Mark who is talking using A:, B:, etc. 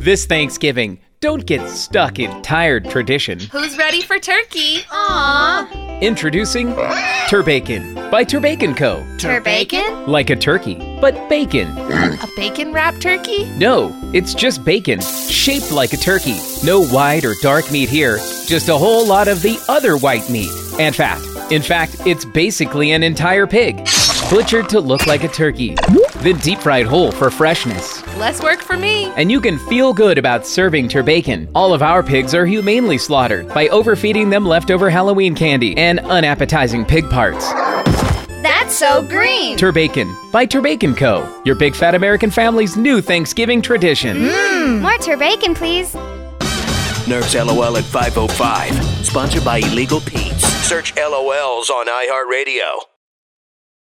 A: This Thanksgiving, don't get stuck in tired tradition.
B: Who's ready for turkey? Aww.
A: Introducing Turbacon by Turbacon Co.
B: Turbacon?
A: Like a turkey, but bacon.
B: A bacon wrapped turkey?
A: No, it's just bacon, shaped like a turkey. No white or dark meat here, just a whole lot of the other white meat and fat. In fact, it's basically an entire pig, butchered to look like a turkey, then deep fried whole for freshness.
B: Less work for me.
A: And you can feel good about serving turbacon. All of our pigs are humanely slaughtered by overfeeding them leftover Halloween candy and unappetizing pig parts.
B: That's so green.
A: Turbacon by Turbacon Co., your big fat American family's new Thanksgiving tradition.
C: More turbacon, please.
D: Nerf's LOL at 505. Sponsored by Illegal Pete's. Search LOLs on iHeartRadio.